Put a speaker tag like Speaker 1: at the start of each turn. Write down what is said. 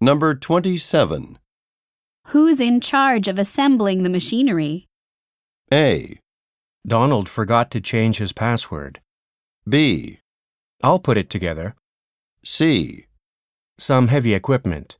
Speaker 1: Number 27.
Speaker 2: Who's in charge of assembling the machinery?
Speaker 1: A.
Speaker 3: Donald forgot to change his password.
Speaker 1: B.
Speaker 3: I'll put it together.
Speaker 1: C.
Speaker 3: Some heavy equipment.